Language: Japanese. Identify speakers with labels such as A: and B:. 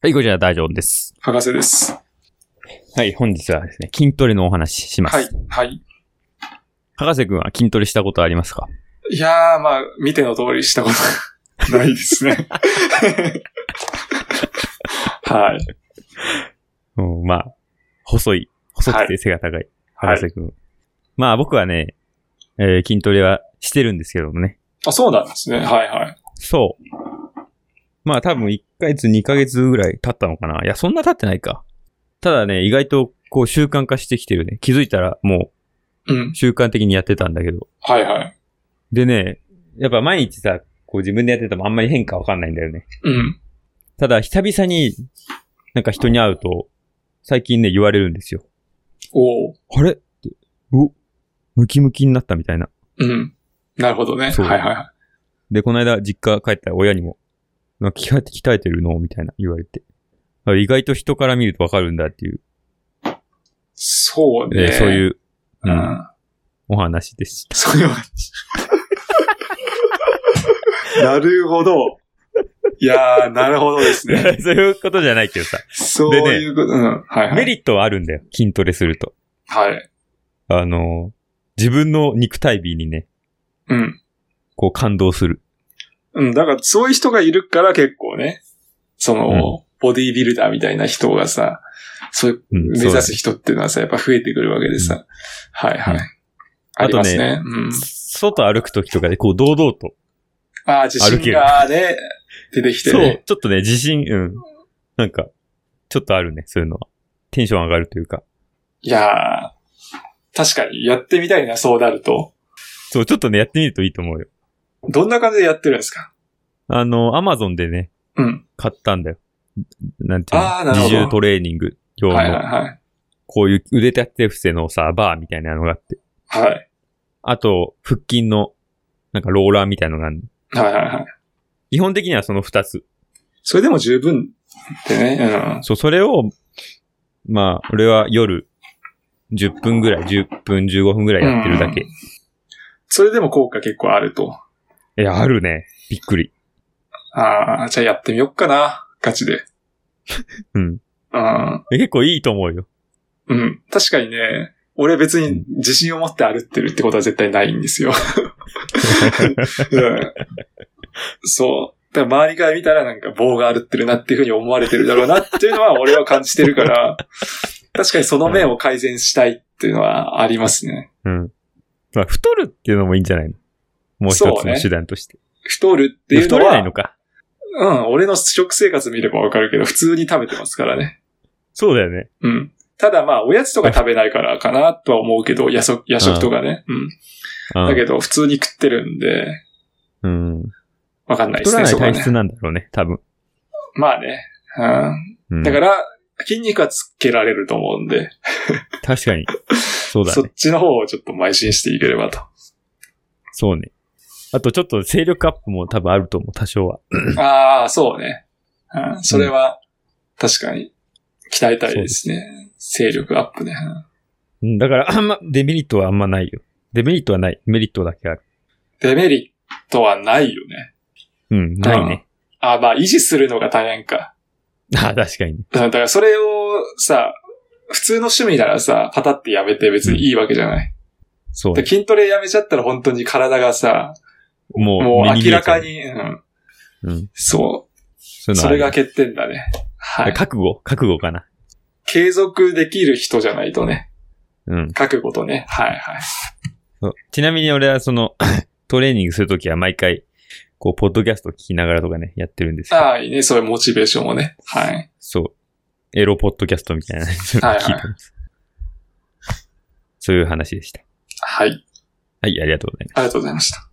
A: はい、こちら大丈夫です。
B: 博士です。
A: はい、本日はですね、筋トレのお話しします。
B: はい。はい。
A: 博士くんは筋トレしたことありますか
B: いやー、まあ、見ての通りしたこと がないですね。はい。
A: うん、まあ、細い。細くて背が高い。
B: はい
A: 博士くん。まあ僕はね、えー筋トレはしてるんですけどもね。
B: あ、そうなんですね。はいはい。
A: そう。まあ多分1ヶ月2ヶ月ぐらい経ったのかな。いや、そんな経ってないか。ただね、意外とこう習慣化してきてるね。気づいたらも
B: うん
A: う。習慣的にやってたんだけど。
B: はいはい。
A: でね、やっぱ毎日さ、こう自分でやっててもあんまり変化わかんないんだよね。
B: うん。
A: ただ久々になんか人に会うと、最近ね、言われるんですよ。
B: おー
A: あれって、お、ムキムキになったみたいな。
B: うん。なるほどね。
A: そう
B: はいはいはい。
A: で、この間実家帰ったら親にも、なんか鍛えて、鍛えてるのみたいな言われて。あ意外と人から見るとわかるんだっていう、
B: そう
A: えー
B: ね。
A: そういう、う、
B: うんん。
A: お話でした。
B: そ ういう話。なるほど。いやー、なるほど ですね。
A: そういうことじゃないけどさ、
B: そういうこと、うん。はいは
A: メ
B: い。
A: リットはあるんだよ。筋トレすると。
B: はい。
A: あのー自分の肉体美にね、
B: うん。
A: こう感動する。
B: うん、だからそういう人がいるから結構ね、その、
A: うん
B: ボディービルダーみたいな人がさ、そういう、
A: うん、
B: 目
A: そうだ
B: 指す人っていうのはさ、やっぱ増えてくるわけでさ、はいはい。
A: うん
B: ありますね。
A: あ
B: うん。
A: 外歩くときとかで、こう、堂々と。
B: ああ、自
A: 歩け
B: 信
A: る
B: がね、出てきて
A: そう
B: ね。、
A: ちょっとね、自信、うん。なんか、ちょっとあるね、そういうのは。テンション上がるというか。
B: いやー、確かにやってみたいな、そうなると。
A: そう、ちょっとね、やってみるといいと思うよ。
B: どんな感じでやってるんですか
A: あの、アマゾンでね、
B: うん。
A: 買ったんだよ。なんていう
B: あー
A: の
B: なるほ
A: 自
B: ど
A: 重トレーニング用
B: はいはい
A: の、
B: はい。
A: こういう腕立て伏せのさ、バーみたいなのがあって。
B: はい。
A: あと、腹筋の、なんかローラーみたいなのがある。
B: はいはいはい。
A: 基本的にはその二つ。
B: それでも十分ってね、
A: そう、それを、まあ、俺は夜、10分ぐらい、10分、15分ぐらいやってるだけ。
B: ううん。それでも効果結構あると。
A: いや、あるね。びっくり。
B: ああ、じゃあやってみよっかな、ガチで。
A: うん。
B: うん。
A: え結構いいと思うよ。
B: うん。確かにね、俺別に自信を持って歩ってるってことは絶対ない んですよ。うん、そう。だから周りから見たらなんか棒が歩ってるなっていうふうに思われてるだろうなっていうのは俺は感じてる から、確かにその面を改善したいっていうのはありますね。
A: うん。まあ、太るっていうのもいいんじゃないのもう一
B: そう
A: つ
B: ね
A: の手段として。
B: 太るっていう
A: 太
B: の
A: れな
B: は、
A: いのか。
B: うん、俺の食生活見ればわかるけど、普通に食べてますからね。
A: そうだよね。
B: うん。ただまあ、おやつとか食べないからかなとは思うけど、夜食、夜食とかね。うん。
A: うん
B: だけど、普通に食ってるんで、
A: うん。
B: わかんない
A: 太
B: です
A: ら
B: ね、
A: ない
B: そこは
A: 体
B: ね
A: 質。なんだろうね、多分。
B: まあね。
A: う
B: うんん。だから、筋肉はつけられると思うんで、
A: 確かに。そうだ
B: そっ
A: ね。
B: ちの方をちょっと邁進していければと。
A: そうね。あとちょっと勢力アップも多分あると思う、多少は。
B: ああ、そうね。うん。それは、確かに、鍛えたいですね。勢力アップね。うん
A: うんだからあんま、デメリットはあんまないよ。デメリットはない。メリットだけある。
B: デメリットはないよね。
A: うん、ないね。
B: ああ、まあ、維持するのが大変か。
A: あ確かにね。
B: うんだからそれをさ、普通の趣味ならさ、パタってやめて別にいいわけじゃない。
A: そう
B: で
A: ね。
B: 筋トレやめちゃったら本当に体がさ、
A: もう、
B: もう
A: 目見
B: 明
A: え
B: ら
A: ちゃ
B: か
A: う。
B: に、うん、
A: うん。
B: そ
A: そういうの
B: う。そ
A: はあ
B: れ
A: る
B: が欠点だね。はい。
A: 覚悟覚悟かな。
B: 継続できる人じゃないとね。
A: うん。
B: 覚悟とね。はいはい。
A: そうちなみに俺はその、 トレーニングするときは毎回、こう、ポッドキャスト聞きながらとかね、やってるんですよ。
B: ああ、いいね。そういうモチベーションもね。はい。
A: そう。エロポッドキャストみたいなやつを聞いてます。 そういう話でした。
B: はい。
A: はい、ありがとうございます。
B: ありがとうございました。